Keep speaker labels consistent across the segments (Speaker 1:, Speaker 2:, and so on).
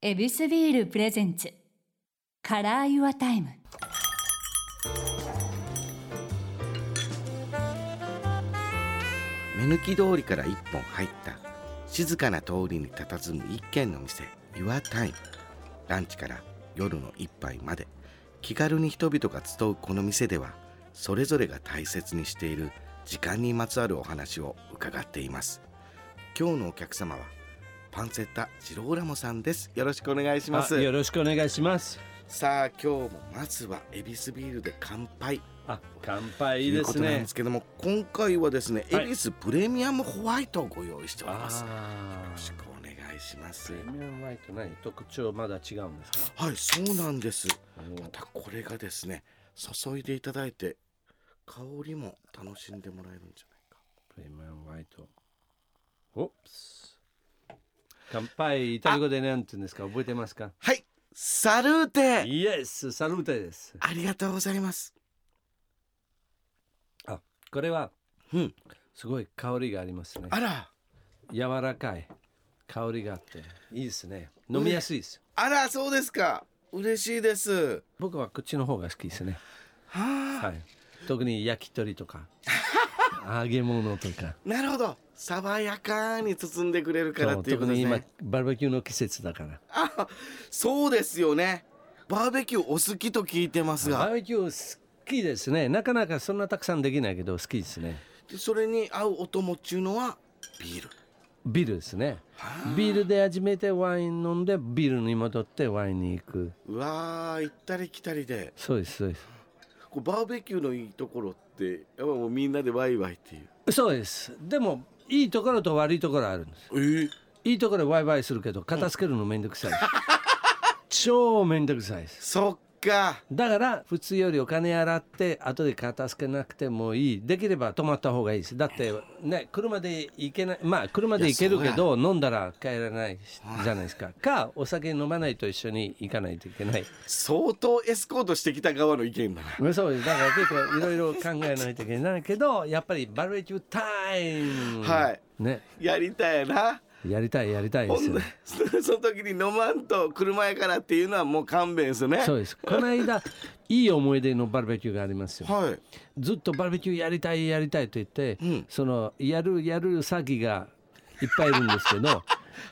Speaker 1: エビスビールプレゼンツカラーユアタイム
Speaker 2: 目抜き通りから一本入った静かな通りに佇む一軒の店 YourTime ランチから夜の一杯まで気軽に人々が集うこの店ではそれぞれが大切にしている時間にまつわるお話を伺っています今日のお客様はパンセッタジローラモさんですよろしくお願いします
Speaker 3: あよろしくお願いします
Speaker 2: さあ今日もまずはエビスビールで乾杯
Speaker 3: あ乾杯いい
Speaker 2: とい
Speaker 3: で
Speaker 2: うこ
Speaker 3: す
Speaker 2: となん
Speaker 3: ね
Speaker 2: ですけども、今回はですね、
Speaker 3: はい
Speaker 2: エビスプレミアムホワイトをご用意しておりますよ
Speaker 3: あ
Speaker 2: ろし
Speaker 3: ー
Speaker 2: くお願いします
Speaker 3: プレミアムホワイト何特徴まだ違うんですか
Speaker 2: はいそうなんです
Speaker 3: あ
Speaker 2: ま
Speaker 3: の
Speaker 2: たこれがですね注いでいただいて香りも楽しんでもらえるんじゃないか
Speaker 3: プレミアムホワイトおっす乾杯イタリ語で何て言うんですか覚えてますか
Speaker 2: はいサルーテ
Speaker 3: イエスサルーテです
Speaker 2: ありがとうございます
Speaker 3: あこれは
Speaker 2: うん
Speaker 3: すごい香りがありますね
Speaker 2: あら
Speaker 3: 柔らかい香りがあっていいですね飲みやすいです
Speaker 2: あらそうですか嬉しいです
Speaker 3: 僕はこっちの方が好きですね
Speaker 2: はあ、
Speaker 3: はい特に焼き鳥と か揚げ物とか
Speaker 2: なるほど爽やかに包んでくれるから
Speaker 3: そう
Speaker 2: っていうこ
Speaker 3: 特
Speaker 2: とで
Speaker 3: に
Speaker 2: す
Speaker 3: 今
Speaker 2: ね
Speaker 3: バーベキューの季節だから
Speaker 2: あそうですよねバーベキューお好きと聞いてます
Speaker 3: バー
Speaker 2: が
Speaker 3: ベキュー好きですねなかなかそんなたくさんできないけど好きですね
Speaker 2: でそれに合うお供っちゅうのはビール
Speaker 3: ビールですね
Speaker 2: はあ
Speaker 3: ビールで初めてワイン飲んでビールに戻ってワインに行く
Speaker 2: うわー行ったり来たりで
Speaker 3: そうですそうです
Speaker 2: こうバーベキューのいいところってやっぱもうみんなでワイワイっていう
Speaker 3: そうですでもいいところと悪いところあるんです
Speaker 2: え
Speaker 3: いいところワイワイするけど片付けるのめんどくさ いです、超めんどくさいです
Speaker 2: そっか
Speaker 3: だから普通よりお金洗って後で片付けなくてもいいできれば泊まった方がいいですだってね車で行けないまあ車で行けるけど飲んだら帰らないしじゃないですかかお酒飲まないと一緒に行かないといけない
Speaker 2: 相当エスコートしてきた側の意見だな
Speaker 3: そうですだから結構いろいろ考えないといけないけどやっぱりバーベキュータイム、
Speaker 2: はい
Speaker 3: ね
Speaker 2: やりたいな
Speaker 3: やりたいやりたいで
Speaker 2: ほ
Speaker 3: す
Speaker 2: ん
Speaker 3: よ
Speaker 2: で そその時に飲まんと車やからっていうのはもう勘弁ですね
Speaker 3: そうですこの間いい思い出のバーベキューがありますよ
Speaker 2: はい
Speaker 3: ずっとバーベキューやりたいやりたいと言って、
Speaker 2: うん
Speaker 3: そのやるやる詐欺がいっぱいいるんです けど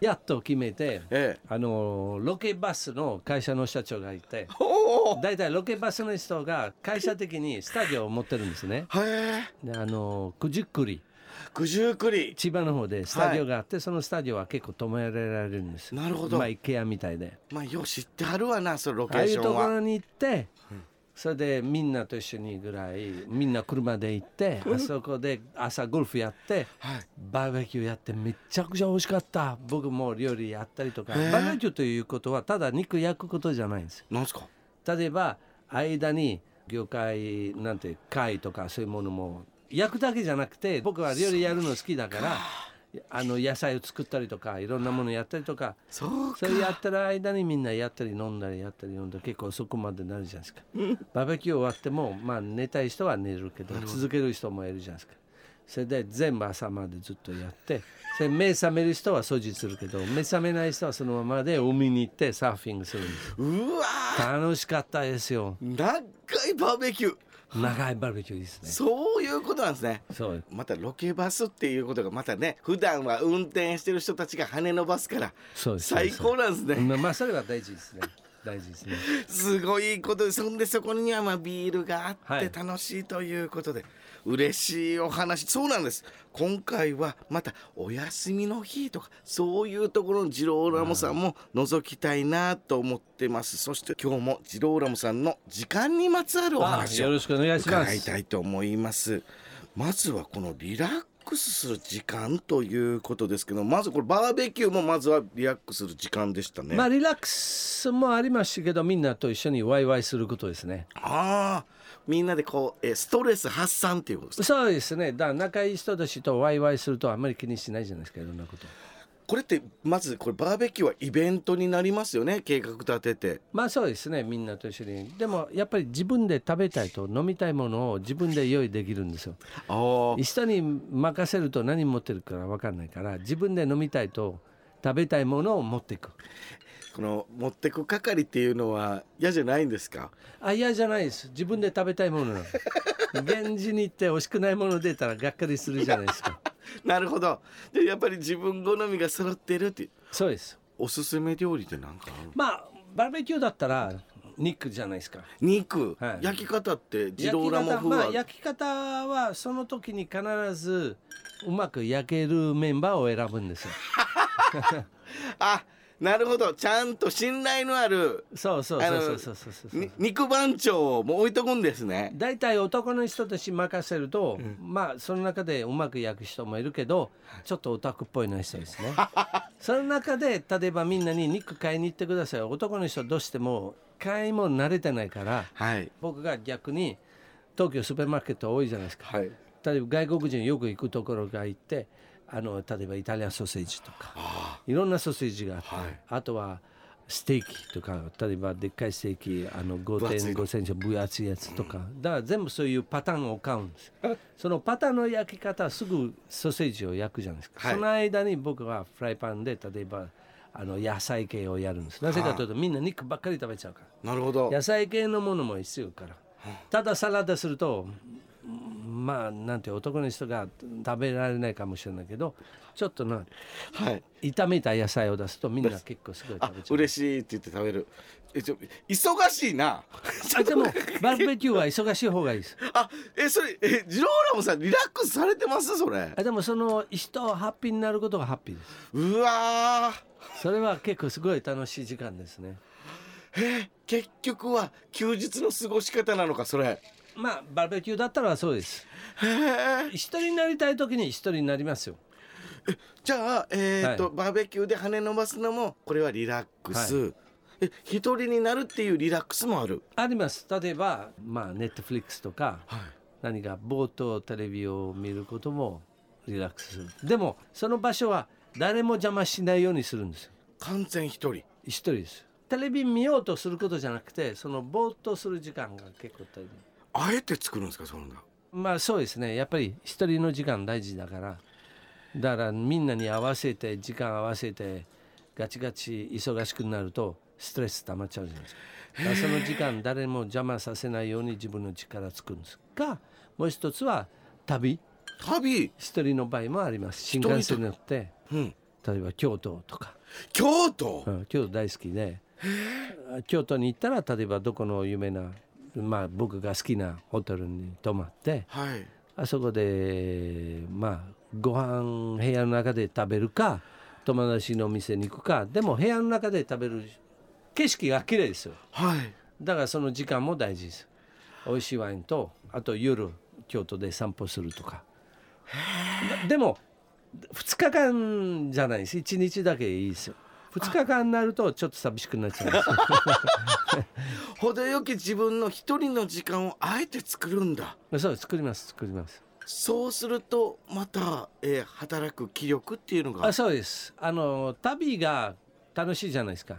Speaker 3: やっと決めて、
Speaker 2: ええ
Speaker 3: あのロケバスの会社の社長がい て
Speaker 2: おお
Speaker 3: 大体ロケバスの人が会社的にスタジオを持ってるんですね。
Speaker 2: へえ
Speaker 3: であの九十九里
Speaker 2: 九十九里
Speaker 3: 千葉の方でスタジオがあって、そのスタジオは結構止められるんです
Speaker 2: なるほど
Speaker 3: まあイケアみたいで
Speaker 2: まあよう知ってはるわなそのロケ
Speaker 3: ああ
Speaker 2: ー
Speaker 3: い
Speaker 2: シ
Speaker 3: う
Speaker 2: ョ
Speaker 3: と
Speaker 2: ン
Speaker 3: ころ
Speaker 2: は
Speaker 3: に行って、それでみんなと一緒にぐらいみんな車で行ってあそこで朝ゴルフやって
Speaker 2: はい
Speaker 3: バーベキューやってめちゃくちゃ美味しかった僕も料理やったりとか、
Speaker 2: へえ
Speaker 3: バーベキューということはただ肉焼くことじゃないんですよ
Speaker 2: なんすか
Speaker 3: 例えば間に魚介なんて貝とかそういうものも焼くだけじゃなくて僕は料理やるの好きだからあの野菜を作ったりとかいろんなものやったりとか
Speaker 2: そう
Speaker 3: そ
Speaker 2: か
Speaker 3: れやってる間にみんなやったり飲んだりやったり飲んだり結構そこまでなるじゃないですかバーベキュー終わってもまあ寝たい人は寝るけど続ける人もいるじゃないですかそれで全部朝までずっとやってそれ目覚める人は掃除するけど目覚めない人はそのままで海に行ってサーフィングするんです
Speaker 2: うわ
Speaker 3: 楽しかったですよ
Speaker 2: ー長いバーベキュー
Speaker 3: 長いバーベキューですね
Speaker 2: そういうことなんですね
Speaker 3: そう
Speaker 2: またロケバスっていうことがまたね普段は運転してる人たちが羽伸ばすから
Speaker 3: そうです
Speaker 2: 最高なんですね
Speaker 3: まあまあそれは大事ですね大事ですね
Speaker 2: すごいことですそんでそこにはまあビールがあっ
Speaker 3: は
Speaker 2: て
Speaker 3: い
Speaker 2: 楽しいということで、嬉しいお話そうなんです今回はまたお休みの日とかそういうところのジローラモさんも覗きたいなと思ってますそして今日もジローラモさんの時間にまつわるお
Speaker 3: あ
Speaker 2: 話を
Speaker 3: よろしくお願いしま
Speaker 2: 伺い
Speaker 3: す
Speaker 2: たいと思いますまずはこのリラックスする時間ということですけどまずこれバーベキューもまずはリラックスする時間でしたね、
Speaker 3: まあ
Speaker 2: あ
Speaker 3: リラックスもありましたけどみんなと一緒にワイワイすることですね
Speaker 2: あーみんなでこうえーストレス発散っていうことです
Speaker 3: そうですねだから仲いい人たちとワイワイするとあんまり気にしないじゃないですかいろんなこと
Speaker 2: これってまずこれバーベキューはイベントになりますよね計画立てて
Speaker 3: まあそうですねみんなと一緒にでもやっぱり自分で食べたいと飲みたいものを自分で用意できるんですよ
Speaker 2: あー
Speaker 3: 人に任せると何持ってるか分かんないから自分で飲みたいと食べたいものを持っていく
Speaker 2: この持ってく係っていうのは嫌じゃないんですか
Speaker 3: あ嫌じゃないです自分で食べたいものなの現地に行って美味しくないもの出たらがっかりするじゃないですか
Speaker 2: なるほどでやっぱり自分好みが揃ってるっていう
Speaker 3: そうです
Speaker 2: おすすめ料理ってなんかある
Speaker 3: まあバーベキューだったら肉じゃないですか
Speaker 2: 肉、
Speaker 3: はい
Speaker 2: 焼き方って自動ラモ風
Speaker 3: ま
Speaker 2: は
Speaker 3: あ、焼き方はその時に必ずうまく焼けるメンバーを選ぶんですよ
Speaker 2: あなるほどちゃんと信頼のある
Speaker 3: そうそうそうそうそうそうそう
Speaker 2: に肉番長をもう置いとくんですね
Speaker 3: 大体男の人たちに任せると、まあその中でうまく焼く人もいるけどちょっとオタクっぽいの人で すねその中で例えばみんなに肉買いに行ってください男の人どうしても買いも慣れてないから
Speaker 2: はい
Speaker 3: 僕が逆に東京スーパーマーケット多いじゃないですか
Speaker 2: はい
Speaker 3: 例えば外国人よく行くところが行ってあの例えばイタリアンソーセージとかいろんなソーセージがあって、
Speaker 2: はい
Speaker 3: あとはステーキとか例えばでっかいステーキあの
Speaker 2: 厚いの
Speaker 3: 5.5センチ分厚いやつとか、だから全部そういうパターンを買うんです よそのパターンの焼き方はすぐソーセージを焼くじゃないですか、
Speaker 2: はい
Speaker 3: その間に僕はフライパンで例えばあの野菜系をやるんですなぜかというとみんな肉ばっかり食べちゃうから。
Speaker 2: なるほど
Speaker 3: 野菜系のものも必要からただサラダするとうんまあなんて男の人が食べられないかもしれないけどちょっとな
Speaker 2: はい
Speaker 3: 炒めた野菜を出すとみんな結構すごい
Speaker 2: あ
Speaker 3: 食べちゃう
Speaker 2: 嬉しいって言って食べるえちょ忙しいな
Speaker 3: あでもバーベキューは忙しい方がいいです
Speaker 2: あえそれえジローラモさんリラックスされてますそれ
Speaker 3: あでもその人をハッピーになることがハッピーで
Speaker 2: うわー
Speaker 3: すそれは結構すごい楽しい時間ですね
Speaker 2: 結局は休日の過ごし方なのかそれ
Speaker 3: まあバーベキューだったらそうです
Speaker 2: へえ
Speaker 3: 一人になりたい時に一人になりますよ
Speaker 2: じゃあえっと、
Speaker 3: は
Speaker 2: バーベキューで羽伸ばすのもこれはリラックス、
Speaker 3: は
Speaker 2: え一人になるっていうリラックスもある
Speaker 3: あります例えばまあネットフリックスとか、
Speaker 2: はい
Speaker 3: 何かぼーっとテレビを見ることもリラックスするでもその場所は誰も邪魔しないようにするんですよ
Speaker 2: 完全一人
Speaker 3: 一人ですテレビ見ようとすることじゃなくてそのぼーっとする時間が結構大事
Speaker 2: あえて作るんですかそんな
Speaker 3: まあそうですねやっぱり一人の時間大事だからだからみんなに合わせて時間合わせてガチガチ忙しくなるとストレス溜まっちゃうじゃないですかだからその時間誰も邪魔させないように自分の力つくんですかもう一つは旅
Speaker 2: 旅
Speaker 3: 一人の場合もあります新幹線に乗って
Speaker 2: うん
Speaker 3: 例えば京都とか、
Speaker 2: 京都、
Speaker 3: うん京都大好きで京都に行ったら例えばどこの有名なまあ僕が好きなホテルに泊まって
Speaker 2: はい
Speaker 3: あそこでまあご飯部屋の中で食べるか友達のお店に行くかでも部屋の中で食べる景色が綺麗ですよ
Speaker 2: はい
Speaker 3: だからその時間も大事です美味しいワインとあと夜京都で散歩するとかだでも2日間じゃないです1日だけいいですよ2日間になるとちょっと寂しくなっちゃうんですよ
Speaker 2: 程よき自分の一人の時間をあえて作るんだ
Speaker 3: そう作ります作ります
Speaker 2: そうするとまた、えー働く気力っていうのが
Speaker 3: あそうですあの旅が楽しいじゃないですか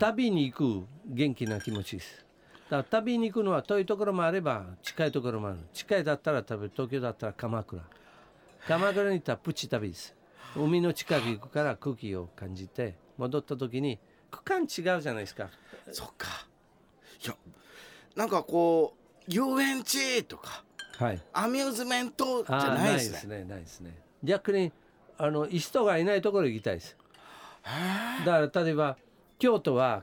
Speaker 3: 旅に行く元気な気持ちですだから旅に行くのは遠いところもあれば近いところもある近いだったら多分東京だったら鎌倉鎌倉に行ったらプチ旅です海の近く行くから空気を感じて戻った時に区間違うじゃないですか
Speaker 2: そっかいやなんかこう遊園地とか
Speaker 3: はい
Speaker 2: アミューズメントじ
Speaker 3: あ
Speaker 2: ゃ
Speaker 3: ー
Speaker 2: ないですね
Speaker 3: ないですねないですね逆にあの人がいないところ行きたいですだから例えば京都は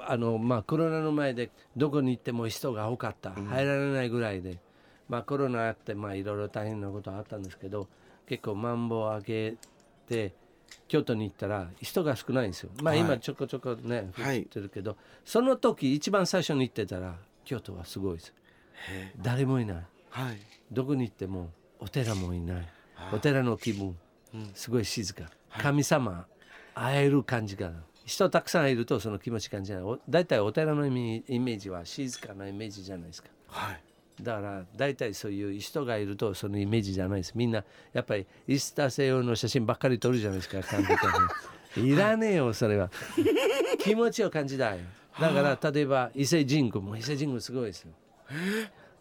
Speaker 3: あのまあコロナの前でどこに行っても人が多かった入られないぐらいで、まあコロナあってまあいろいろ大変なことあったんですけど結構マンボウ開けて京都に行ったら人が少ないんですよまあ
Speaker 2: はい
Speaker 3: 今ちょこちょこね降っ
Speaker 2: はい
Speaker 3: てるけど、その時一番最初に行ってたら京都はすごいです誰もいない
Speaker 2: はい
Speaker 3: どこに行ってもお寺もいないお寺の気分すごい静か神様会える感じが人たくさんいるとその気持ち感じないお大体お寺のイメイメージは静かなイメージじゃないですか
Speaker 2: はい
Speaker 3: だから大体そういう人がいるとそのイメージじゃないですみんなやっぱりイスター製用の写真ばっかり撮るじゃないですか感じたいらねえよそ れは気持ちを感じたいだから例えば伊勢神宮も伊勢神宮すごいですよ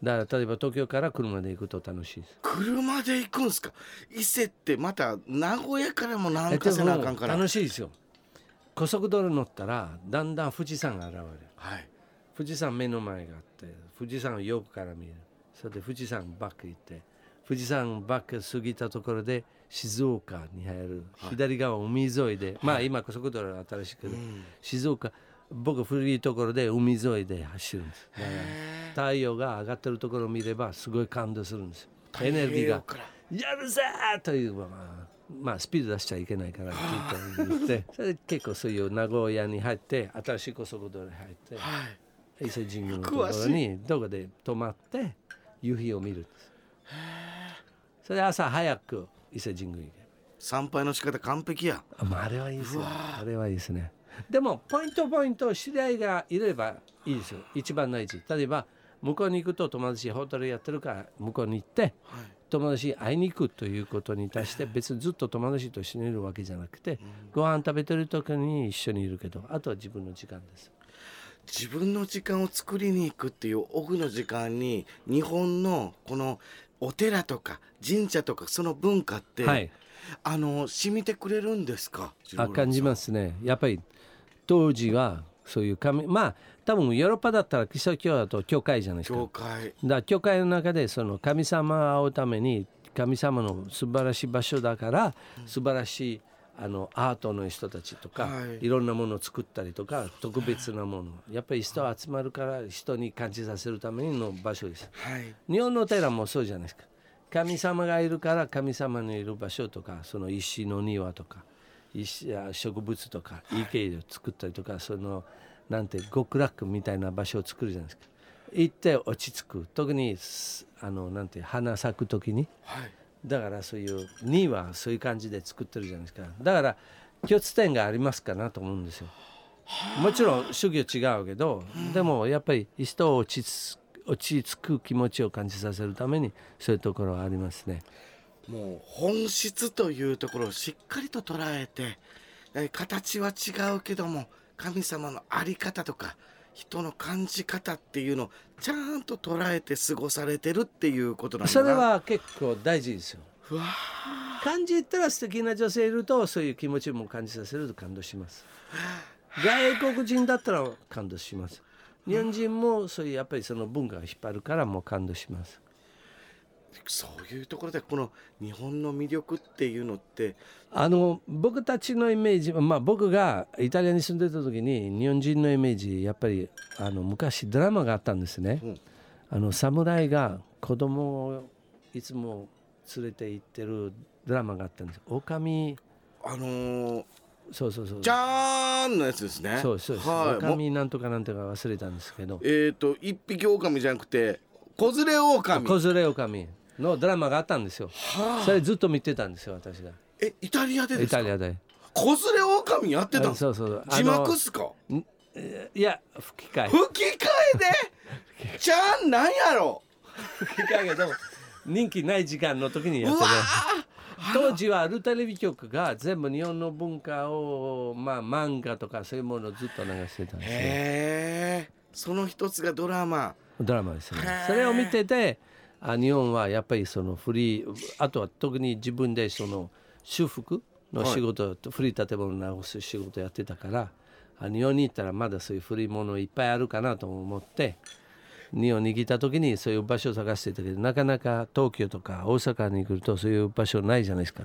Speaker 3: だから例えば東京から車で行くと楽しいです
Speaker 2: 車で行くんすか伊勢ってまた名古屋からも南
Speaker 3: えで
Speaker 2: 下
Speaker 3: も
Speaker 2: せなあかんから
Speaker 3: 楽しいですよ高速道路乗ったらだんだん富士山が現れる
Speaker 2: はい
Speaker 3: 富士山目の前があって富士山を横から見るそれで富士山バック行って富士山バック過ぎたところで静岡に入る、左側海沿いで、まあ今高速道路が新しく、静岡僕古いところで海沿いで走るんです太陽が上がってるところを見ればすごい感動するんですエネルギーが「やるぜ!」というまあまあスピード出しちゃいけないからきっと言ってそれで結構そういう名古屋に入って新しい高速道路に入って、
Speaker 2: はい
Speaker 3: 伊勢神宮のところにどこで泊まって夕日を見るんですそれで朝早く伊勢神宮に行け
Speaker 2: 参拝の仕方完璧や
Speaker 3: あまああれはいいですよあれはいいですねでもポイントポイント知り合いがいればいいですよ一番の位置例えば向こうに行くと友達ホテルやってるから向こうに行って
Speaker 2: はい
Speaker 3: 友達に会いに行くということに対して別にずっと友達と一緒にいるわけじゃなくてご飯食べてる時に一緒にいるけどあとは自分の時間です
Speaker 2: 自分の時間を作りに行くっていうオフの時間に日本のこのお寺とか神社とかその文化って、
Speaker 3: はい
Speaker 2: あの染みてくれるんですか
Speaker 3: あ感じ
Speaker 2: ま
Speaker 3: ますねやっぱり当時はそういう神まあ多分ヨーロッパだったらキリスト教だと教会じゃないですか
Speaker 2: 教
Speaker 3: だか
Speaker 2: 会
Speaker 3: ら教会の中でその神様を会うために神様の素晴らしい場所だから素晴らしいあのアートの人たちとか、
Speaker 2: はい
Speaker 3: い、ろんなものを作ったりとか特別なものやっぱり人集まるから人に感じさせるための場所です
Speaker 2: はい
Speaker 3: 日本のお寺もそうじゃないですか神様がいるから神様のいる場所とかその石の庭とか石や植物とか池を作ったりとかそのなんて極楽みたいな場所を作るじゃないですか行って落ち着く特にすあのなんて花咲く時に
Speaker 2: はい
Speaker 3: だからそういう庭そういう感じで作ってるじゃないですかだから共通点がありますかなと思うんですよもちろん主義は違うけどでもやっぱり人を落ち着落ち着く気持ちを感じさせるためにそういうところはありますね
Speaker 2: もう本質というところをしっかりと捉えてえ形は違うけども神様の在り方とか人の感じ方っていうのをちゃんと捉えて過ごされてるっていうことなんだ
Speaker 3: そ
Speaker 2: な
Speaker 3: れは結構大事ですよ
Speaker 2: うわ
Speaker 3: 感じたら素敵な女性いるとそういう気持ちも感じさせると感動します外国人だったら感動します日本人もそういうやっぱりその文化を引っ張るからもう感動します
Speaker 2: そういうところでこの日本の魅力っていうのって
Speaker 3: あの僕たちのイメージ、まあ、僕がイタリアに住んでた時に日本人のイメージやっぱりあの昔ドラマがあったんですね、
Speaker 2: うん
Speaker 3: あの侍が子供をいつも連れて行ってるドラマがあったんです狼
Speaker 2: あのー、
Speaker 3: そうそうそう
Speaker 2: じゃーんのやつですね
Speaker 3: そうそうそう、
Speaker 2: はいも
Speaker 3: 狼なんとかなんとか忘れたんですけど
Speaker 2: えっ、と一匹狼じゃなくて子連れ狼
Speaker 3: 子連れ狼のドラマがあったんですよ
Speaker 2: はあ
Speaker 3: それずっと見てたんですよ私が
Speaker 2: えイタリアでで
Speaker 3: イ
Speaker 2: すか
Speaker 3: タリアで
Speaker 2: 子連れ狼やってたんですか
Speaker 3: そうそうそう
Speaker 2: 字幕っ
Speaker 3: あ
Speaker 2: すか
Speaker 3: のいや吹き替え
Speaker 2: 吹き替えでじゃあなんやろ
Speaker 3: だけど人気ない時間の時にやってね当時はあるテレビ局が全部日本の文化をまあ漫画とかそういうものをずっと流してたんですよ
Speaker 2: へえその一つがドラマ
Speaker 3: ドラマですよね
Speaker 2: へー
Speaker 3: それを見ててあ日本はやっぱりそのフリーあとは特に自分でその修復の仕事、古い建物直す仕事やってたからあ日本に行ったらまだそういう古いものいっぱいあるかなと思って日本に来た時にそういう場所を探してたけどなかなか東京とか大阪に来るとそういう場所ないじゃないですか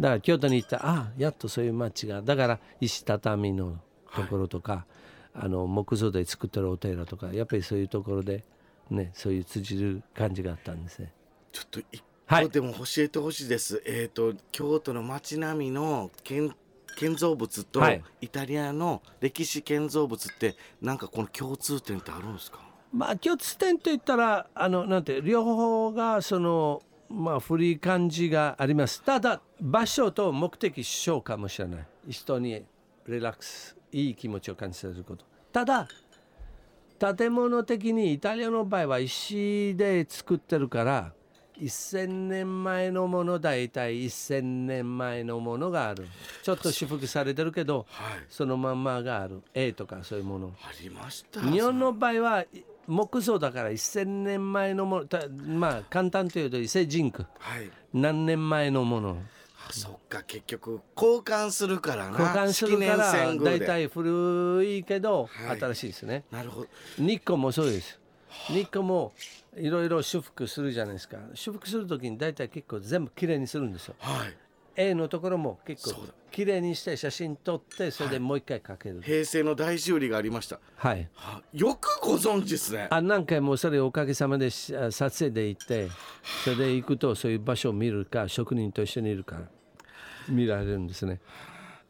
Speaker 3: だから京都に行ったらあやっとそういう街がだから石畳のところとか、あの木造で作ってるお寺とかやっぱりそういうところでねそういう通じる感じがあったんですね。
Speaker 2: ちょっと一
Speaker 3: は
Speaker 2: 個
Speaker 3: い
Speaker 2: でも教えてほしいです、えっ、と京都の街並みの建建造物と、
Speaker 3: はい
Speaker 2: イタリアの歴史建造物ってなんかこの共通点ってあるんですか
Speaker 3: まあ共通点といったらあのなんて両方がそのまあ古い感じがありますただ場所と目的一緒かもしれない人にリラックスいい気持ちを感じさせることただ建物的にイタリアの場合は石で作ってるから1,000年前のもの大体1,000年前のものがあるちょっと修復されてるけど
Speaker 2: はい
Speaker 3: そのまんまがある絵とかそういうもの
Speaker 2: ありました
Speaker 3: 日本の場合はい木造だから1,000年前のものたまあ簡単というと伊勢神宮
Speaker 2: はい
Speaker 3: 何年前のもの
Speaker 2: あそっか結局交換するからな
Speaker 3: 交換するか
Speaker 2: 式年
Speaker 3: ら
Speaker 2: 遷宮
Speaker 3: 大
Speaker 2: で
Speaker 3: 体古いけど
Speaker 2: はい
Speaker 3: 新しいですね、
Speaker 2: なるほど
Speaker 3: 日光もそうです日光もいろいろ修復するじゃないですか修復する時に大体結構全部きれいにするんですよ
Speaker 2: はい
Speaker 3: A のところも結
Speaker 2: そ
Speaker 3: 構
Speaker 2: うだ
Speaker 3: きれいにして写真撮ってそれでもう一回かける
Speaker 2: 平成の大修理がありました
Speaker 3: はい
Speaker 2: はよくご存知ですね
Speaker 3: あ何回もそれおかげさまでしあ撮影で行ってそれで行くとそういう場所を見るか職人と一緒にいるから見られるんですね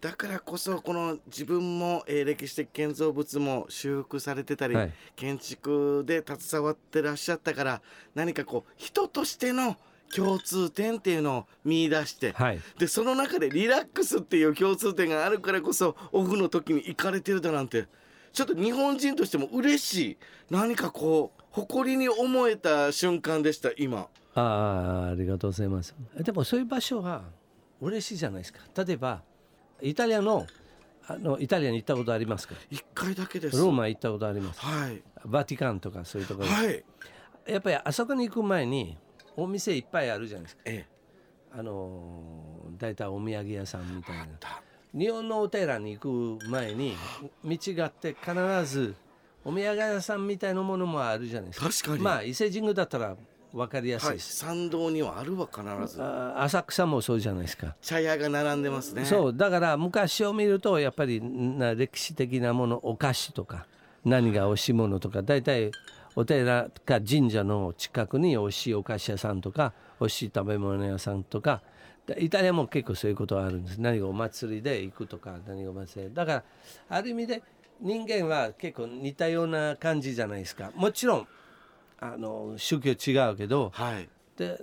Speaker 2: だからこそこの自分も、えー歴史的建造物も修復されてたり、
Speaker 3: はい
Speaker 2: 建築で携わってらっしゃったから何かこう人としての共通点っていうのを見出して、
Speaker 3: はい
Speaker 2: でその中でリラックスっていう共通点があるからこそオフの時に行かれてるだなんてちょっと日本人としても嬉しい何かこう誇りに思えた瞬間でした今
Speaker 3: ああありがとうございますでもそういう場所は嬉しいじゃないですか例えばイタリアのあのイタリアに行ったことありますか
Speaker 2: 一回だけです
Speaker 3: ローマ行ったことあります
Speaker 2: はい
Speaker 3: バティカンとかそういうところ、
Speaker 2: はい
Speaker 3: やっぱりあそこに行く前にお店いっぱいあるじゃないですか
Speaker 2: ええ
Speaker 3: あのー大体お土産屋さんみたいな
Speaker 2: た
Speaker 3: 日本のお寺に行く前に道があって必ずお土産屋さんみたいなものもあるじゃないですか
Speaker 2: 確かに
Speaker 3: まあ伊勢神宮だったら分かりやすい
Speaker 2: は
Speaker 3: で
Speaker 2: い
Speaker 3: す、
Speaker 2: 参道にはあるわ必ず
Speaker 3: あー浅草もそうじゃないですか
Speaker 2: 茶屋が並んでますね
Speaker 3: そうだから昔を見るとやっぱりな歴史的なものお菓子とか何が美味しいものとか大体お寺か神社の近くに美味しいお菓子屋さんとか美味しい食べ物屋さんとかでイタリアも結構そういうことはあるんです何がお祭りで行くとか何がお祭りでだからある意味で人間は結構似たような感じじゃないですかもちろんあの宗教違うけど
Speaker 2: はい
Speaker 3: で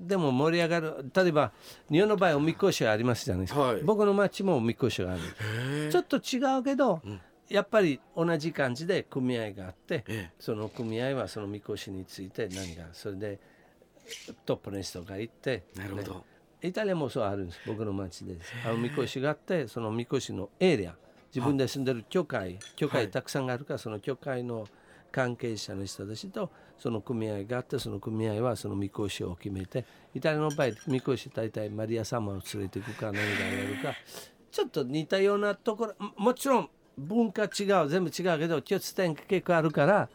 Speaker 3: でも盛り上がる例えば日本の場合おみこしありますじゃないですか、
Speaker 2: はい
Speaker 3: 僕の町もおみこしがあるちょっと違うけど、やっぱり同じ感じで組合があって、
Speaker 2: ええ
Speaker 3: その組合はそのみこしについて何がそれでトップネスとか行って
Speaker 2: なるほど
Speaker 3: ねイタリアもそうあるんです僕の町でですあのみこしがあってそのみこしのエリア自分で住んでる教会教
Speaker 2: は
Speaker 3: 会
Speaker 2: い
Speaker 3: たくさんあるから、その教会の関係者の人たちとその組合があってその組合はそのみこしを決めてイタリアの場合みこし大体マリア様を連れていくか何がやるかちょっと似たようなところももちろん文化違う全部違うけど共通点が結構あるから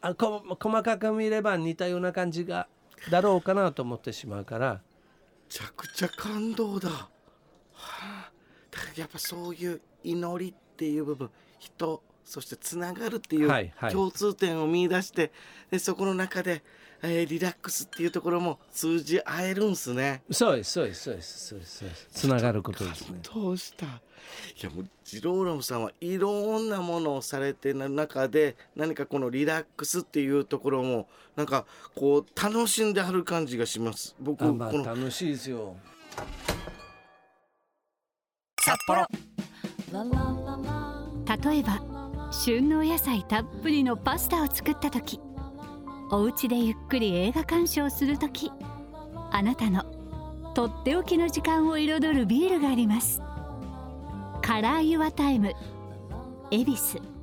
Speaker 3: あこ細かく見れば似たような感じがだろうかなと思ってしまうから。
Speaker 2: めちゃくちゃ感動だ、はあ、だからやっぱそういう祈りっていう部分人そしてつながるってい
Speaker 3: はいうはい
Speaker 2: 共通点を見出して、でそこの中で、えーリラックスっていうところも通じ合えるんすね。
Speaker 3: そうですそうですそうですそうですそうですつながることですね
Speaker 2: どうしたいやもうジローラムさんはいろんなものをされてる中で何かこのリラックスっていうところもなんかこう楽しんではる感じがします僕
Speaker 3: あ
Speaker 2: こ
Speaker 3: まあ
Speaker 2: の
Speaker 3: 楽しいですよ
Speaker 1: 例えば旬のお野菜たっぷりのパスタを作った時お家でゆっくり映画鑑賞する時あなたのとっておきの時間を彩るビールがありますカラーユアタイム恵比寿